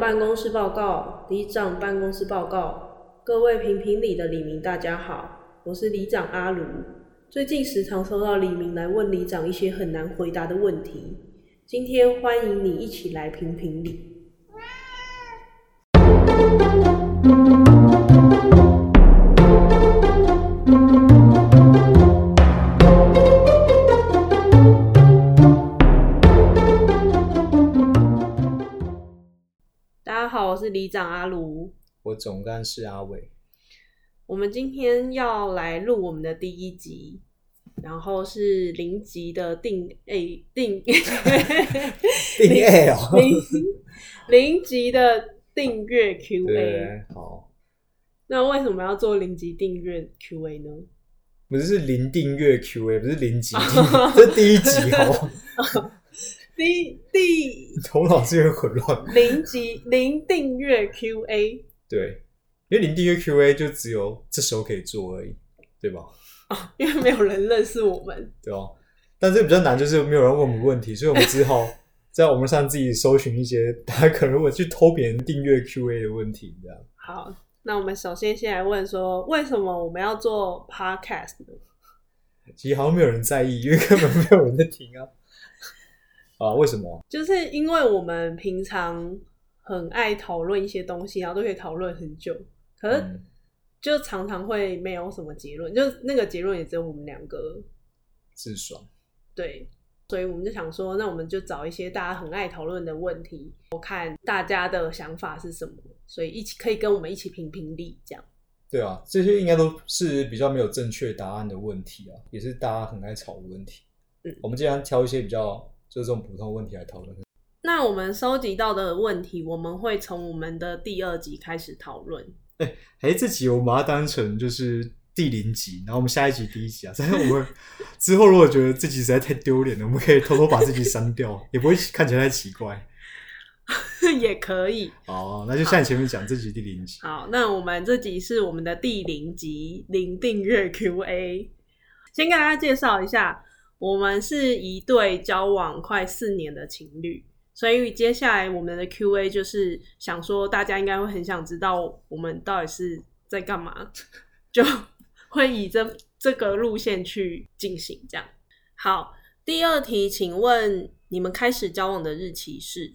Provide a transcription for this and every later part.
办公室报告，里长办公室报告，各位评评理的李明，大家好，我是里长阿卢。最近时常收到李明来问里长一些很难回答的问题，今天欢迎你一起来评评理。大家好，我是里长阿卢。我总干事阿伟，我们今天要来录我们的第一集，然后是零集的定诶、定定 A 哦，零零级的订阅 Q&A。对，好，那为什么要做零级订阅 Q&A 呢？不是是零订阅 Q A，不是零级，这第一集哦，第第头脑是有点混乱。零级零订阅 Q&A 对，因为零订阅 Q A 就只有这时候可以做而已，对吧？哦，因为没有人认识我们，对哦，但这比较难，就是没有人问我们问题，所以我们只好在网络上自己搜寻一些大家可能会去偷别人订阅 Q A 的问题，这样。好，那我们首先先来问说，为什么我们要做 podcast 呢？其实好像没有人在意，因为根本没有人在听啊。啊，为什么？就是因为我们平常很爱讨论一些东西，然后都可以讨论很久，可是嗯就常常会没有什么结论，就是那个结论也只有我们两个自爽。对，所以我们就想说，那我们就找一些大家很爱讨论的问题，我看大家的想法是什么，所以一起可以跟我们一起评评理，这样。对啊，这些应该都是比较没有正确答案的问题啊，也是大家很爱吵的问题。嗯我们经常挑一些比较就是这种普通问题来讨论。那我们收集到的问题，我们会从我们的第二集开始讨论。 哎，这集我们把它当成就是第零集，然后我们下一集第一集啊。 但是我们之后如果觉得这集实在太丢脸了，我们可以偷偷把这集删掉， 也不会看起来太奇怪。也可以。哦，那就像你前面讲，这集第零集。好，那我们这集是我们的第零集零订阅 Q&A。先跟大家介绍一下，我们是一对交往快四年的情侣，所以接下来我们的 Q&A 就是想说，大家应该会很想知道我们到底是在干嘛， 就会以这这个路线去进行。这样，好，第二题，请问你们开始交往的日期是？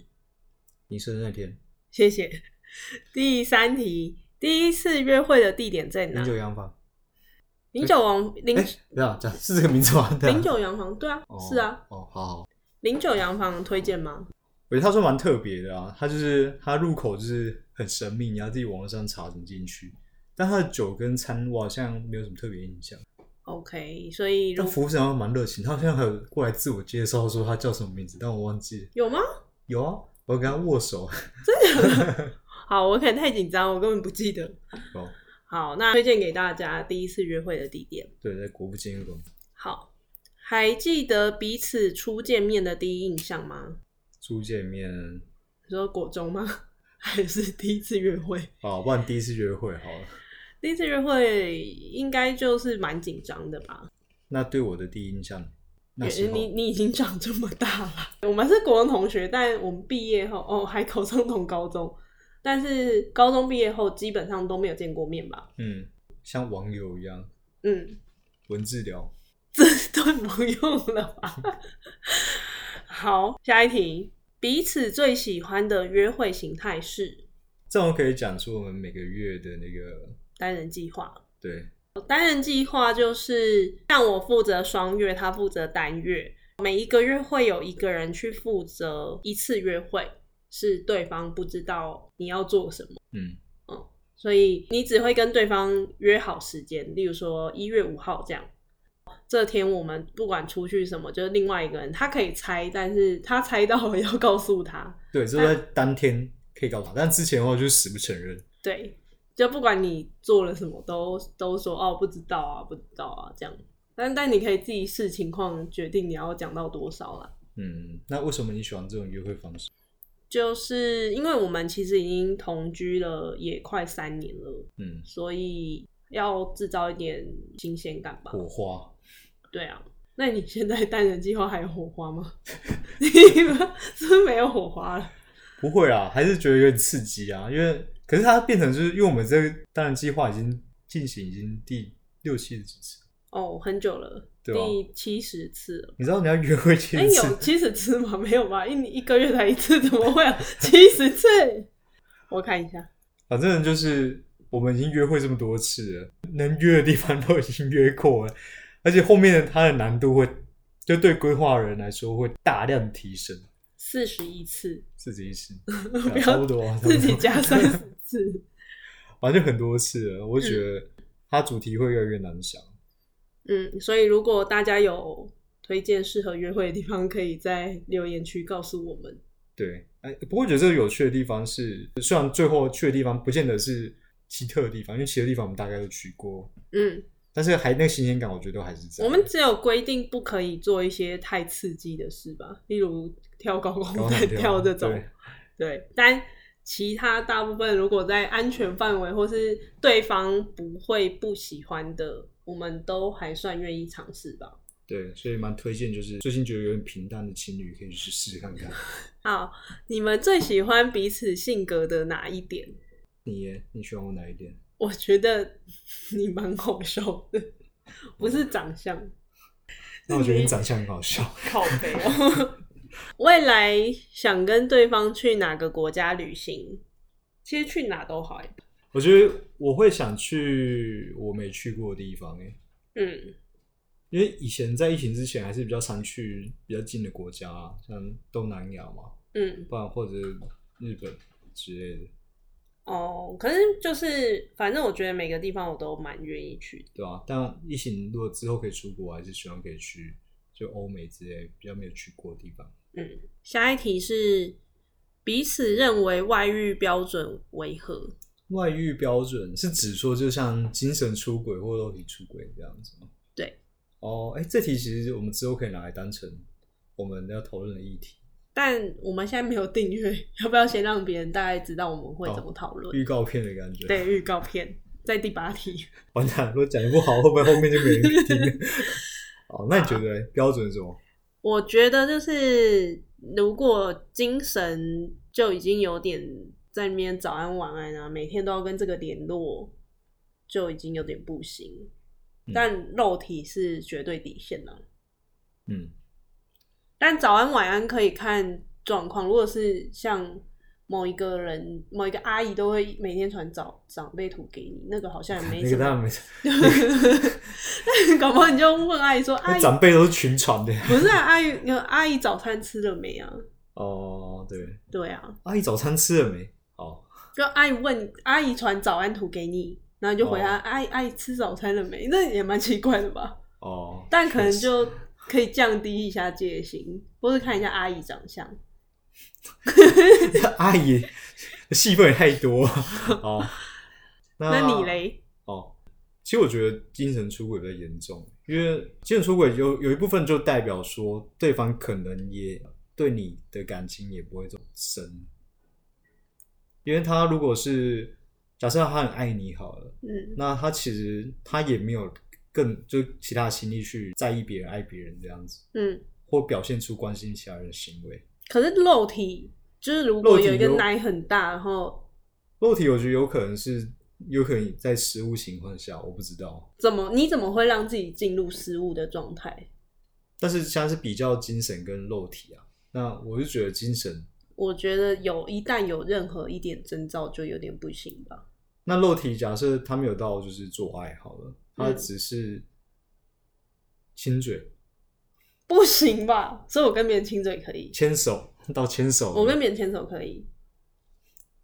你生日那天，谢谢。第三题，第一次约会的地点在哪零？九洋房。零九王零哎，对啊，这样是这个名字吗？对啊零九洋房，对啊，哦是啊，哦，好好。零九洋房推荐吗？我觉得他说蛮特别的啊，他就是他入口就是很神秘，你要自己网络上查怎么进去。但他的酒跟餐我好像没有什么特别印象， OK，所以如但服务生好像蛮热情，他好像还有过来自我介绍说他叫什么名字，但我忘记了。有吗？有啊，我跟他握手。好，我可能太紧张，我根本不记得。哦，好，那推荐给大家第一次约会的地点。对，在国父纪念馆好，还记得彼此初见面的第一印象吗？初见面你说国中吗？ 还是第一次约会？啊，不然第一次约会好了。第一次约会应该就是蛮紧张的吧？那对我的第一印象，那时你候你已经长这么大了， 我们是国中同学，但我们毕业后哦还考上同高中，但是高中毕业后基本上都没有见过面吧？嗯，像网友一样嗯，文字聊。这段不用了吧？ 好，下一题，彼此最喜欢的约会形态是这样我可以讲出我们每个月的那个单人计划。对单人计划就是像我负责双月，他负责单月，每一个月会有一个人去负责一次约会，是对方不知道你要做什么。嗯所以你只会跟对方约好时间，例如说一月五号这样。这天我们不管出去什么，就是另外一个人他可以猜，但是他猜到了要告诉他，对，这在当天可以告诉他，但之前的话就是死不承认。对，就不管你做了什么都都说哦不知道啊不知道啊这样。但但你可以自己视情况决定你要讲到多少啦。嗯，那为什么你喜欢这种约会方式？就是因为我们其实已经同居了也快三年了，嗯，所以要制造一点新鲜感吧。火花。对啊，那你 现在单人计划还有火花吗？你们是不是没有火花了？不会啊，还是觉得有点刺激啊，因为可是它变成就是因为我们这个当然计划已经进行已经第六七十几次，哦，很久了，对啊第七十次了。你知道你要约会七哎、十次，有七十次吗？没有吧，一一个月才一次，怎么会有七十次？我看一下，反正就是我们已经约会这么多次了，能约的地方都已经约过了，而且后面的它的难度会就对规划人来说会大量提升，四十一次，自己一 次，不差要不多啊，差不多自己加三十 次。反正就很多次了，我就觉得它主题会越来越难想。嗯，所以如果大家有推荐适合约会的地方，可以在留言区告诉我们。对，哎，不过我觉得这个有趣的地方是，虽然最后去的地方不见得是奇特的地方，因为奇特的地方我们大概都去过，嗯，但是还那个新鲜感，我觉得都还是在。我们只有规定不可以做一些太刺激的事吧，例如跳高空高弹弹跳这种。对对，但其他大部分如果在安全范围或是对方不会不喜欢的，我们都还算愿意尝试吧。对，所以蛮推荐，就是最近觉得有点平淡的情侣可以去试试看看。好，你们最喜欢彼此性格的哪一点？你耶，你喜欢我哪一点？我觉得 你蛮好笑的，不是长相，那我觉得你长相很好笑。 靠背哦。 未来想跟对方去哪个国家旅行？其实去哪都好欸。我觉得我会想去我没去过的地方，哎，嗯，因为以前在疫情之前还是比较常去比较近的国家，像东南亚嘛，嗯，不然或者日本之类的。哦，可是就是，反正我觉得每个地方我都蛮愿意去的。对啊，但疫情如果之后可以出国，我还是希望可以去就欧美之类比较没有去过的地方。下一题是彼此认为外遇标准为何？外遇标准是指说，就像精神出轨或肉体出轨这样子吗？对。哦，哎、这题其实我们之后可以拿来当成我们要讨论的议题，但我们现在没有订阅，要不要先让别人大概知道我们会怎么讨论？哦预告片的感觉。，对，预告片在第八题。完蛋，如果讲得不好，会不会后面就没人听？哦，那你觉得标准是什么？我觉得就是如果精神就已经有点在那边早安晚安啊，每天都要跟这个联络，就已经有点不行。嗯但肉体是绝对底线了、嗯，但早安晚安可以看状况，如果是像某一个人、某一个阿姨都会每天传早长辈图给你，那个好像也没 那什个么。当然没， 但 搞不好你就问阿姨说：“阿那姨，长辈都是群传 的。不是、啊、阿姨，阿姨早餐吃了没啊哦，对，？”对啊，阿姨早餐吃了没？哦，就阿姨问阿姨传早安图给你，然后你就回答：“哦阿姨，阿姨吃早餐了没？”那也蛮奇怪的吧？哦，但可能确实就可以降低一下戒心，或是看一下阿姨长相。 阿姨戏份也太 多了哦。那那你？嘞？哦，其实我觉得精神出轨比较严重，因为精神出轨有有一部分就代表说对方可能也对你的感情也不会这么深，因为他如果是假设他很爱你好了，嗯那他其实他也没有更就其他的心力去在意别人、爱别人这样子，嗯。或表现出关心其他人的行为。可是肉体就是如果有一个肉体有奶很大，然后肉体我觉得有可能是有可能在食物情况下，我不知道。怎么你怎么会让自己进入失误的状态？但是现在是比较精神跟肉体啊，那我就觉得精神，我觉得有一旦有任何一点征兆，就有点不行吧。那肉体假设他没有到就是做爱好了，他嗯只是亲嘴、不行吧？所以我跟别人亲嘴可以，牵手到牵手了，我跟别人牵手可以。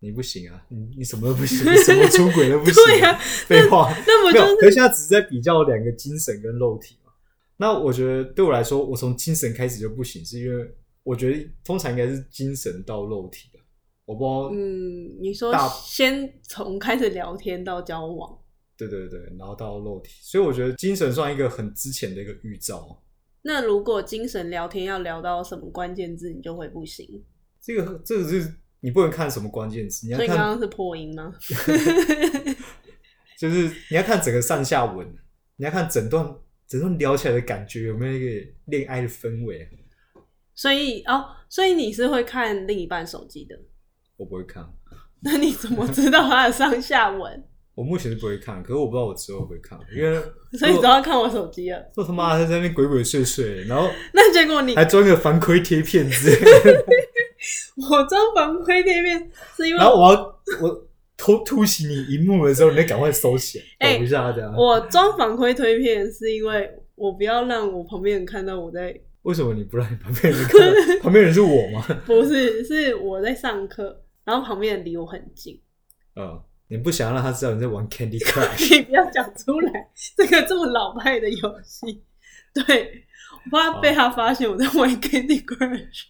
你不行啊，你你什么都不行，你什么出轨都不行、 对啊废话，那不没有就，可是现在只是在比较两个精神跟肉体嘛。那我觉得对我来说，我从精神开始就不行，是因为我觉得通常应该是精神到肉体的。我不知道，嗯，你说大先从开始聊天到交往，对对对，然后到肉体，所以我觉得精神算一个很之前的一个预兆。那如果精神聊天要聊到什么关键字，你就会不行。这个这个是你不能看什么关键词，你要所以你刚看刚是破音吗？就是你要看整个上下文，你要看整段整段聊起来的感觉有没有一个恋爱的氛围啊。所以哦，所以你是会看另一半手机的。我不会看， 那你怎么知道它的上下 文？我目前是不会看，可是我不知道我之后会看，因为所以你都要看我手机了。都他妈的在那边鬼鬼祟祟，然后那结果你还装个防窥贴片 子，我装防窥贴片是因为然后我要我偷突袭你荧幕的时候，你就赶快收起来，哎抖一下这样。我装反馈推片是因为我不要让我旁边人看到我在，为什么你不让你旁边 人看？旁边人是我吗？不是是我在上课，然后旁边人离我很近。 嗯，你不想让他知道你在玩 Candy Crush？你不要讲出来，这个这么老派的游戏，对，我怕被他发现我在玩 Candy Crush。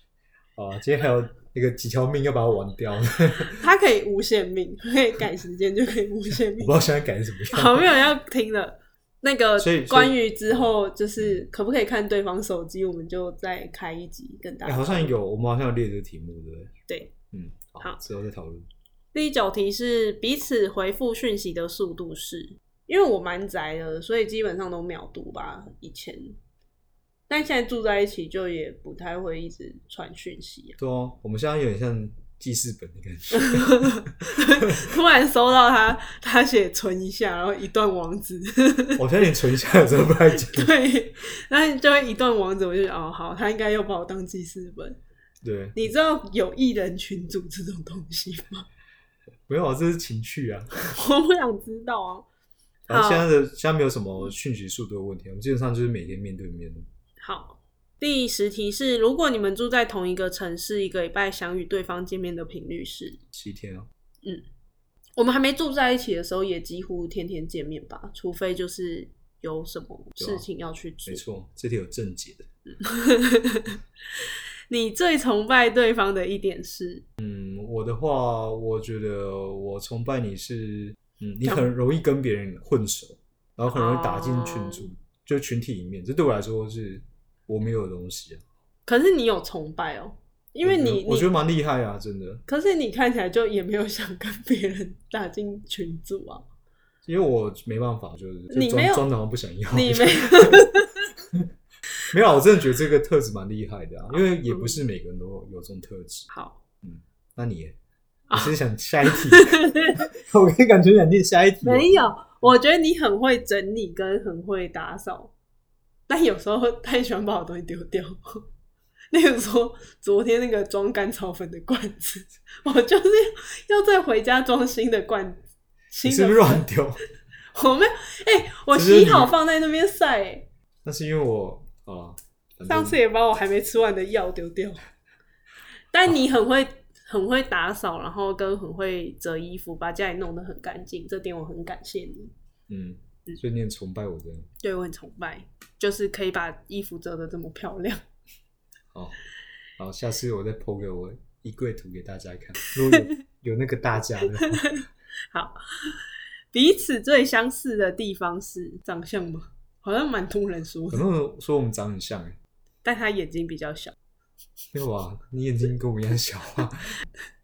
啊，今天还有那个几条命要把我玩掉， 我他可以无限命，可以改时间就可以无限不命知。道现在改成什么 好，样。没有人要听了。那个所以所以关于之后就是可不可以看对方手机，我们就再开一集跟大哎、家。好像有，我们好像有列这个题目，对不对？对。嗯，好，好之后再讨论。，第九题是彼此回复讯息的速度是，因为我蛮宅的，所以基本上都秒读吧，以前。但现在住在一起就也不太会一直传讯息、啊 对哦，我们现在有点像记事本的感觉。突然收到他他写存一下，然后一段网址， 我现在连存下来都不太记得。对，然后就会一段网址，我就觉得哦好，他应该又把我当记事本。对，你知道有艺人群组这种东西吗？没有，啊，这是情趣啊。 我不想知道啊。反正好现在的现在没有什么讯息速度的问题，我们基本上就是每天面对面。好，第十题是：如果你们住在同一个城市，一个礼拜想与对方见面的频率是？七天啊，我们还没住在一起的时候，也几乎天天见面吧，除非就是有什么事情要去做。没错，这题有正解的。 你最崇拜对方的一点是？嗯，我的话，我觉得我崇拜你是，嗯，你很容易跟别人混熟，然后很容易打哦进群组，就群体里面，这对我来说是我没有的东西啊。可是你有崇拜哦，因为你我觉得我觉得你，蛮厉害啊，真的。可是你看起来就也没有想跟别人打进群组啊，因为我没办法，就是就你装没有装的好像不想要。你没 没有啊，我真的觉得这个特质蛮厉害的啊，因为也不嗯是每个人都有这种特质。 好。那你耶，你啊是想下 一题？ 我跟你感觉想念下一题。哦没有，我觉得你很会整理跟很会打扫，但有时候太喜欢把我东西丢掉。 例如说，昨天那个装干炒粉的罐子， 我就是要再回家装新的罐子。你新是的不是乱丢？ 我没有，哎、我这就是洗你好放在那边晒、哎那是因为我啊，反正上次也把我还没吃完的药丢 掉。但你很会很会打扫，然后跟很会折衣服，把家里弄得很干净，这点我很感谢你。嗯，所以你很崇拜我这样。对我很崇拜，就是可以把衣服折得这么漂亮。好，哦好，下次我再 PO 给我衣柜图给大家看，如果 有有那个大家的话，好，彼此最相似的地方是长相吗？好像蛮突然说可的，能说我们长很像哎，但他眼睛比较小。没有啊，你眼睛跟我们一样小啊，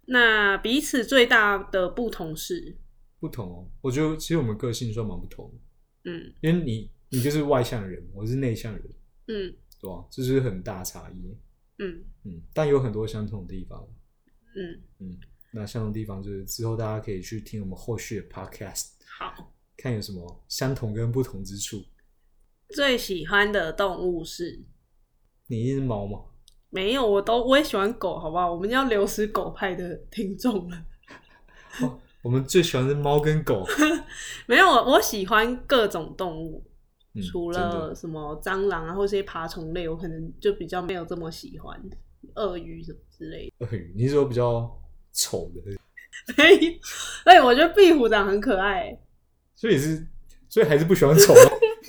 那彼此最大的不同是，不同哦。我觉得其实我们个性算蛮不同的，嗯因为你你就是外向人，我是内向人，嗯对吧、这就是很大差异。嗯嗯，但有很多相同的地方。嗯，嗯，那相同的地方就是之后大家可以去听我们后续的 podcast，好。看有什么相同跟不同之处。最喜欢的动物是？你一定是猫吗？没有，我都我也喜欢狗，好不好？我们要流失狗派的听众了。我们最喜欢的是猫跟狗，没有，我喜欢各种动物，嗯、除真了的什么蟑螂啊，或是一些爬虫类，我可能就比较没有这么喜欢鳄鱼什么 之类的。鳄鱼，呃你是说比较丑的，对，哎，我觉得壁虎长很可爱，欸所以是，所以还是不喜欢丑啊。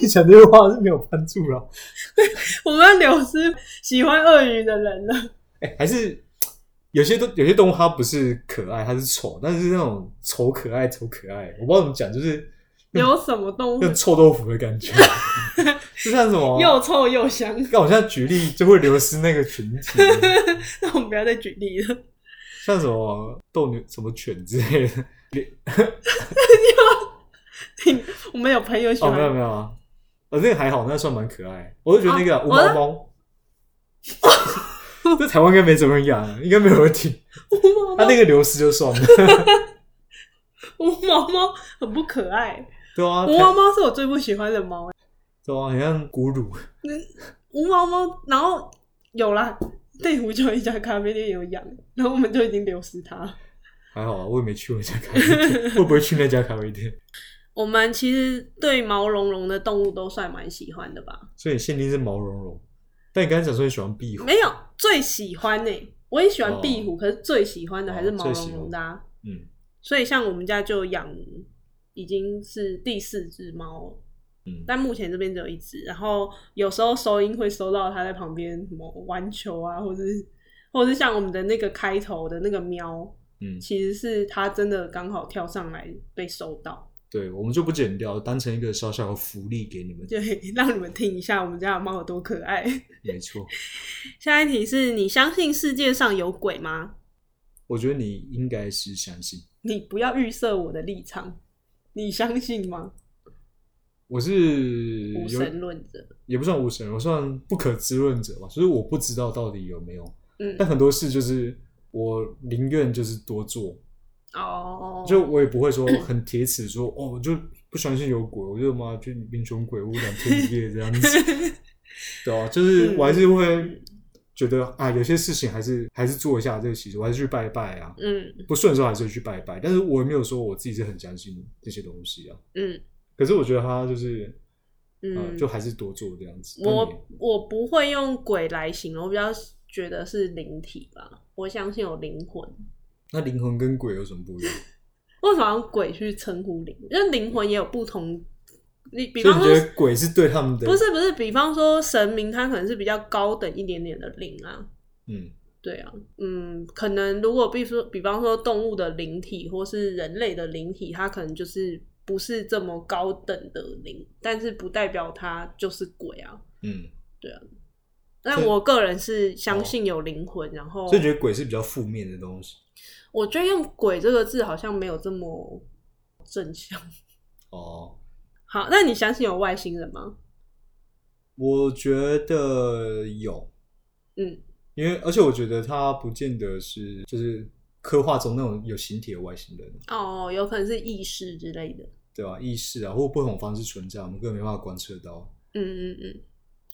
你讲这句话是没有帮助啊了。我们要流失喜欢鳄鱼的 人了。哎、还是有些动有些动物它不是可爱，它是丑，但是那种丑可爱丑可爱，我不知道怎么讲，就是有什么动物那种臭豆腐的 感觉，就像什么又臭又香？ 那我现在举例就会流失那个群体，那我们不要再举例了。像什么斗牛、什么犬之 类的。我们有朋友喜哦，欢，没有没有啊，呃、那个还好，那算蛮可爱。我就觉得那个啊哦无毛猫， 在台湾应该没怎么人养，应该没有人听。我他毛那毛，个流失就算了。我毛毛很不可爱。对啊，无台毛猫是我最不喜欢的猫，对啊，很像古鲁。无毛猫，然后有啦，内湖就有一家咖啡店有养，然后我们就已经流失它。还好啊，我也没去过那家咖啡店，会不会去那家咖啡店？我们其实对毛茸茸的动物都算蛮喜欢的吧？所以你限定是毛茸茸，但你刚才讲说你喜欢壁虎，没有最喜欢呢、我也喜欢壁虎，哦可是最喜欢的还是哦毛茸茸的、啊。嗯所以像我们家就养已经是第四只猫了，嗯，但目前这边只有一只。然后有时候收音会收到它在旁边什么玩球啊，或者是或者是像我们的那个开头的那个喵，嗯，其实是它真的刚好跳上来被收到，对，我们就不剪掉，当成一个小小的福利给你们。对，让你们听一下我们家的猫有多可爱。没错，下一题是你相信世界上有鬼吗？我觉得你应该是相信，你不要预设我的立场，你相信吗？我是无嗯有神论者，也不算无神，我算不可知论者吧，就是我不知道到底有没有。嗯， 但很多事就是我宁愿就是多做，哦，就我也不会说很铁齿说哦，我就不相信有鬼，我就妈去民雄鬼屋两天一夜这样子，对啊，就是我还是会觉得啊，有些事情还是还是做一下这个习俗，我还是去拜拜啊， 嗯不顺的时候还是会去拜拜，但是我也没有说我自己是很相信这些东西啊。嗯可是我觉得他就是，呃，嗯，就还是多做这样子。但我我不会用鬼来形容，我比较觉得是灵体吧。我相信有灵魂，那灵魂跟鬼有什么不一样？为什么要用鬼去称呼灵？因为灵魂也有不同，你比所以方你说觉得鬼是对他们的？不，是不是，比方说神明，它可能是比较高等一点点的灵啊，嗯，对啊，嗯，可能如果比如说，比方说动物的灵体或是人类的灵体，它可能就是不是这么高等的灵，但是不代表它就是鬼啊。嗯，但对我个人是相信有灵魂，然后哦所以觉得鬼是比较负面的东西。我觉得用“鬼”这个字好像没有这么正向。哦，好，那你相信有外星人吗？我觉得有，嗯，因为而且我觉得他不见得是就是刻画中那种有形体的外星人，啊哦，有可能是意识之类的。对吧、意识啊，或不同方式存在，我们根本没办法观测到。嗯嗯嗯，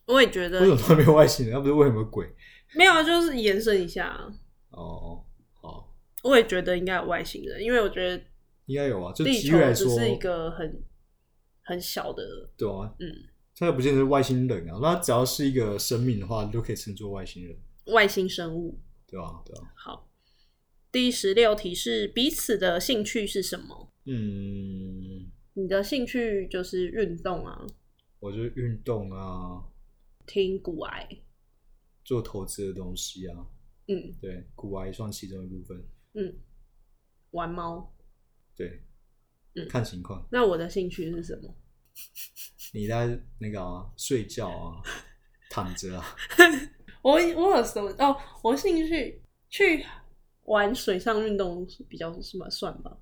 我也觉得为什么他没有外星人？他不是为什么鬼？没有，啊，就是延伸一下啊，哦，好，我也觉得应该有外星人，因为我觉得。应该有啊。就地几球率来只说，是一个很很小的，对啊，嗯，他也不见得是外星人啊。那只要是一个生命的话，你都可以称作外星人，外星生物。对吧、对啊。好，第十六题是彼此的兴趣是什么？嗯，你的兴趣就是运动啊，我就运动啊，听古癌，做投资的东西啊，嗯，对，古玩也算其中一部分，玩猫。对，嗯看情况。那我的兴趣是什么？你在那个啊，睡觉 啊，躺着啊，我我有什么？哦，我兴趣去玩水上运动比较什么算吧？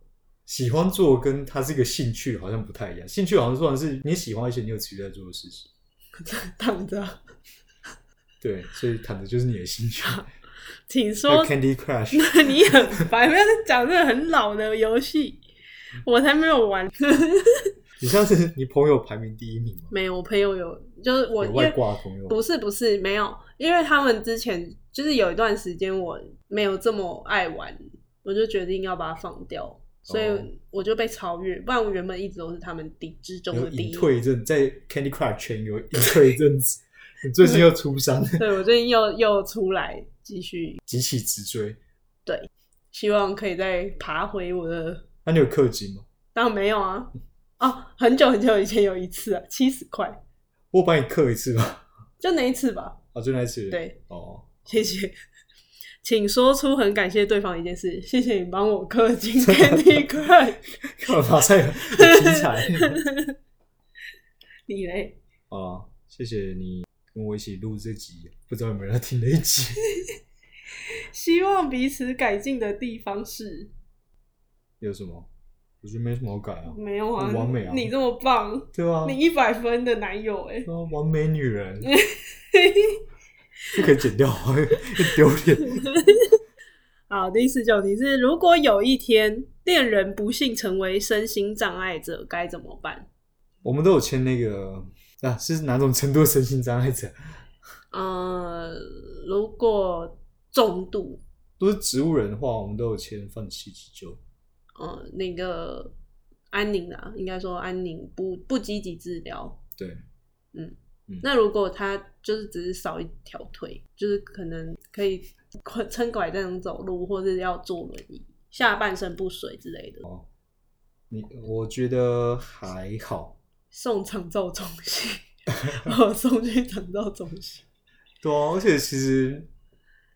喜欢做跟它是一个兴趣好像不太一样，兴趣好像算是你喜欢一些你有持续在做的事情，躺着啊，对，所以躺着就是你的兴趣。请 那说 Candy Crush， 你很烦，不要再讲这个很老的游戏，我才没有玩。你像是你朋友排名第一名吗？没有，我朋友有，就是我有因外为挂的朋友吗不是不是没有，因为他们之前就是有一段时间我没有这么爱玩，我就决定要把它放掉，所哦以我就被超越，不然我原本一直都是他们第之中有的第隐一。退一阵，在 Candy Crush 圈有隐退一阵子，你最近又出山，对我最近又又出来继续，急起直追。希望可以再爬回我的。那你有氪金吗？当然没有啊，哦，很久很久以前有一次啊，七十块，我帮你氪一次吧。就那一次吧。 哦，就那一次。对。哦，谢谢，请说出很感谢对方一件事。谢谢你帮我氪 金 Candy Crush。干嘛在题 材？你嘞？啊，谢谢你跟我一起录这集，不知道有没有人要听那一集？ 希望彼此改进的地方是有什么？我觉得没什么好改啊。没有啊？很完美啊你这么棒，对啊，欸你一百分的男友哎、啊完美女人，不可以剪掉， 丢脸。好，第十九题是：如果有一天恋人不幸成为身心障碍者，该怎么办？我们都有签那个啊，是哪种程度的身心障碍者？ 呃，如果重度，都是植物人的话，我们都有签放弃急救。呃，那个安宁啊，应该说安宁不不积极治疗。对，那如果他就是只是少一条腿，就是可能可以拐撑拐杖走路，或者要坐轮椅，下半身不遂之类的，你我觉得还好。送长照中心，我送去长照中心。对啊，而且其实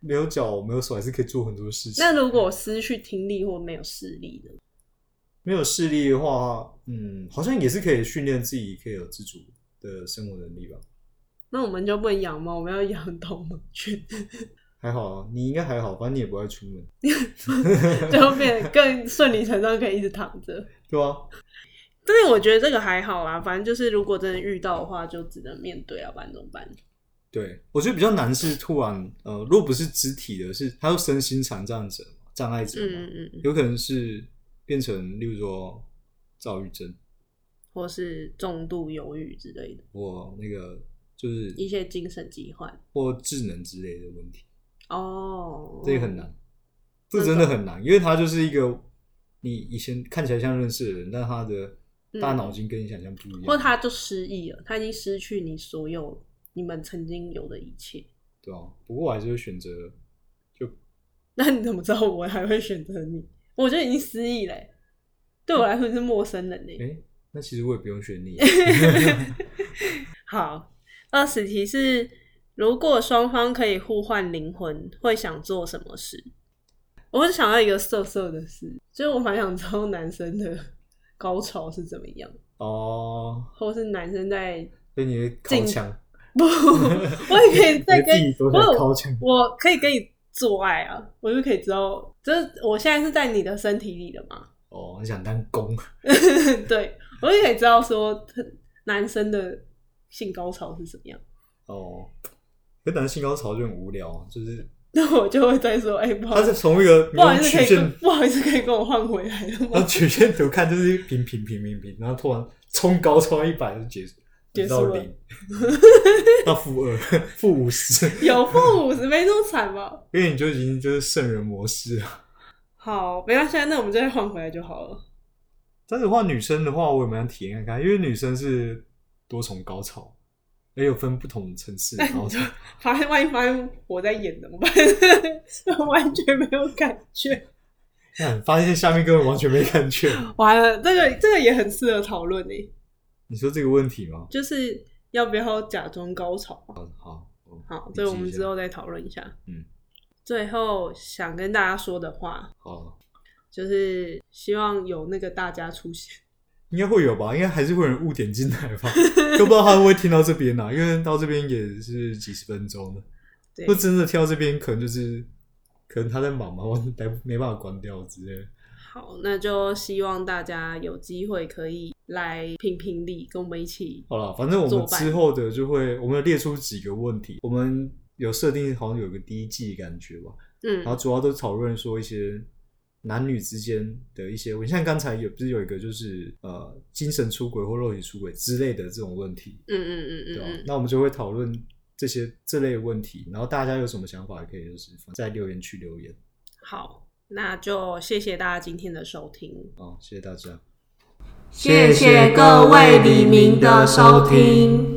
没有脚没有手还是可以做很多事情。那如果失去听力或没有视力的，没有视力的话，嗯，好像也是可以训练自己可以有自主的生活能力吧。那我们就不能养猫，我们要养导盲犬，还好啊，你应该还好，反正你也不爱出门，就会变得更顺理成章，可以一直躺着。对啊，但是我觉得这个还好啊，反正就是如果真的遇到的话，就只能面对啊，不然怎么办？对，我觉得比较难是突然，呃，如果不是肢体的，是他又身心残障者嘛、障碍者嘛，嗯嗯嗯，有可能是变成，例如说躁郁症或是重度忧郁之类的，或那个就是一些精神疾患。或智能之类的问题，哦，这也很难，这真的很难，因为他就是一个你以前看起来像认识的人，但他的大脑筋跟你想象不一样，嗯或他就失忆了，他已经失去你所有你们曾经有的一切。 对啊，不过我还是会选择那你怎么知道我还会选择你？我就已经失忆嘞、对我来说你是陌生人欸嘞、哎、那其实我也不用选 你，好，二十题是：如果双方可以互换灵魂，会想做什么事？我是想要一个色色的事，就是我蛮想知道男生的高潮是怎么样，哦，或是男生在所以你会靠进墙， 不，我也可以再你自己跟躲起来我靠墙，我可以跟你做爱啊，我就可以知道，就是我现在是在你的身体里的嘛， 哦，你想当公，对我就可以知道说男生的性高潮是怎么样。 哦，可男性高潮就很无聊啊，就是那我就会再说，哎、不好他意是思，从一个不好意思，曲可以线跟，不好意思，可以跟我换回来了然 后吗？曲线图看就是平平平平平，然后突然冲高超一百就结束，结束到了零，到负二，负五十，有负五十没这么惨吧？因为你就已经就是圣人模式了。好，没关系啊，那我们再换回来就好了。但是的话，女生的话，我也蛮想体验看看，因为女生是多重高潮，也有分不同层次的 高潮。发现万一发现我在演怎么办？ 完全没有感觉。看，发现下面根本完全没感觉。完了，这个这个也很适合讨论诶，你说这个问题吗？就是要不要假装高潮啊？好，好，你这个记我一们下之后再讨论一下。嗯，最后想跟大家说的话好，就是希望有那个大家出现。应该会有吧？应该还是会有人误点进来 吧？都不知道他会不会听到这边呢、啊因为到这边也是几十分钟了。对那真的听到这边，可能就是可能他在忙嘛，我来没办法关掉之类的。好，那就希望大家有机会可以来评评理，跟我们一起。好了，反正我作们伴之后的就会，我们有列出几个问题，我们有设定好像有个第一季的感觉吧。嗯然后主要都讨论说一些男女之间的一些问题，像刚才有不是有一个就是呃精神出轨或肉体出轨之类的这种问题，嗯嗯嗯对吧？啊嗯嗯，那我们就会讨论这些这类的问题，然后大家有什么想法也可以就是在留言区留言好，那就谢谢大家今天的收听。啊、哦谢谢大家。谢谢各位黎明的收听。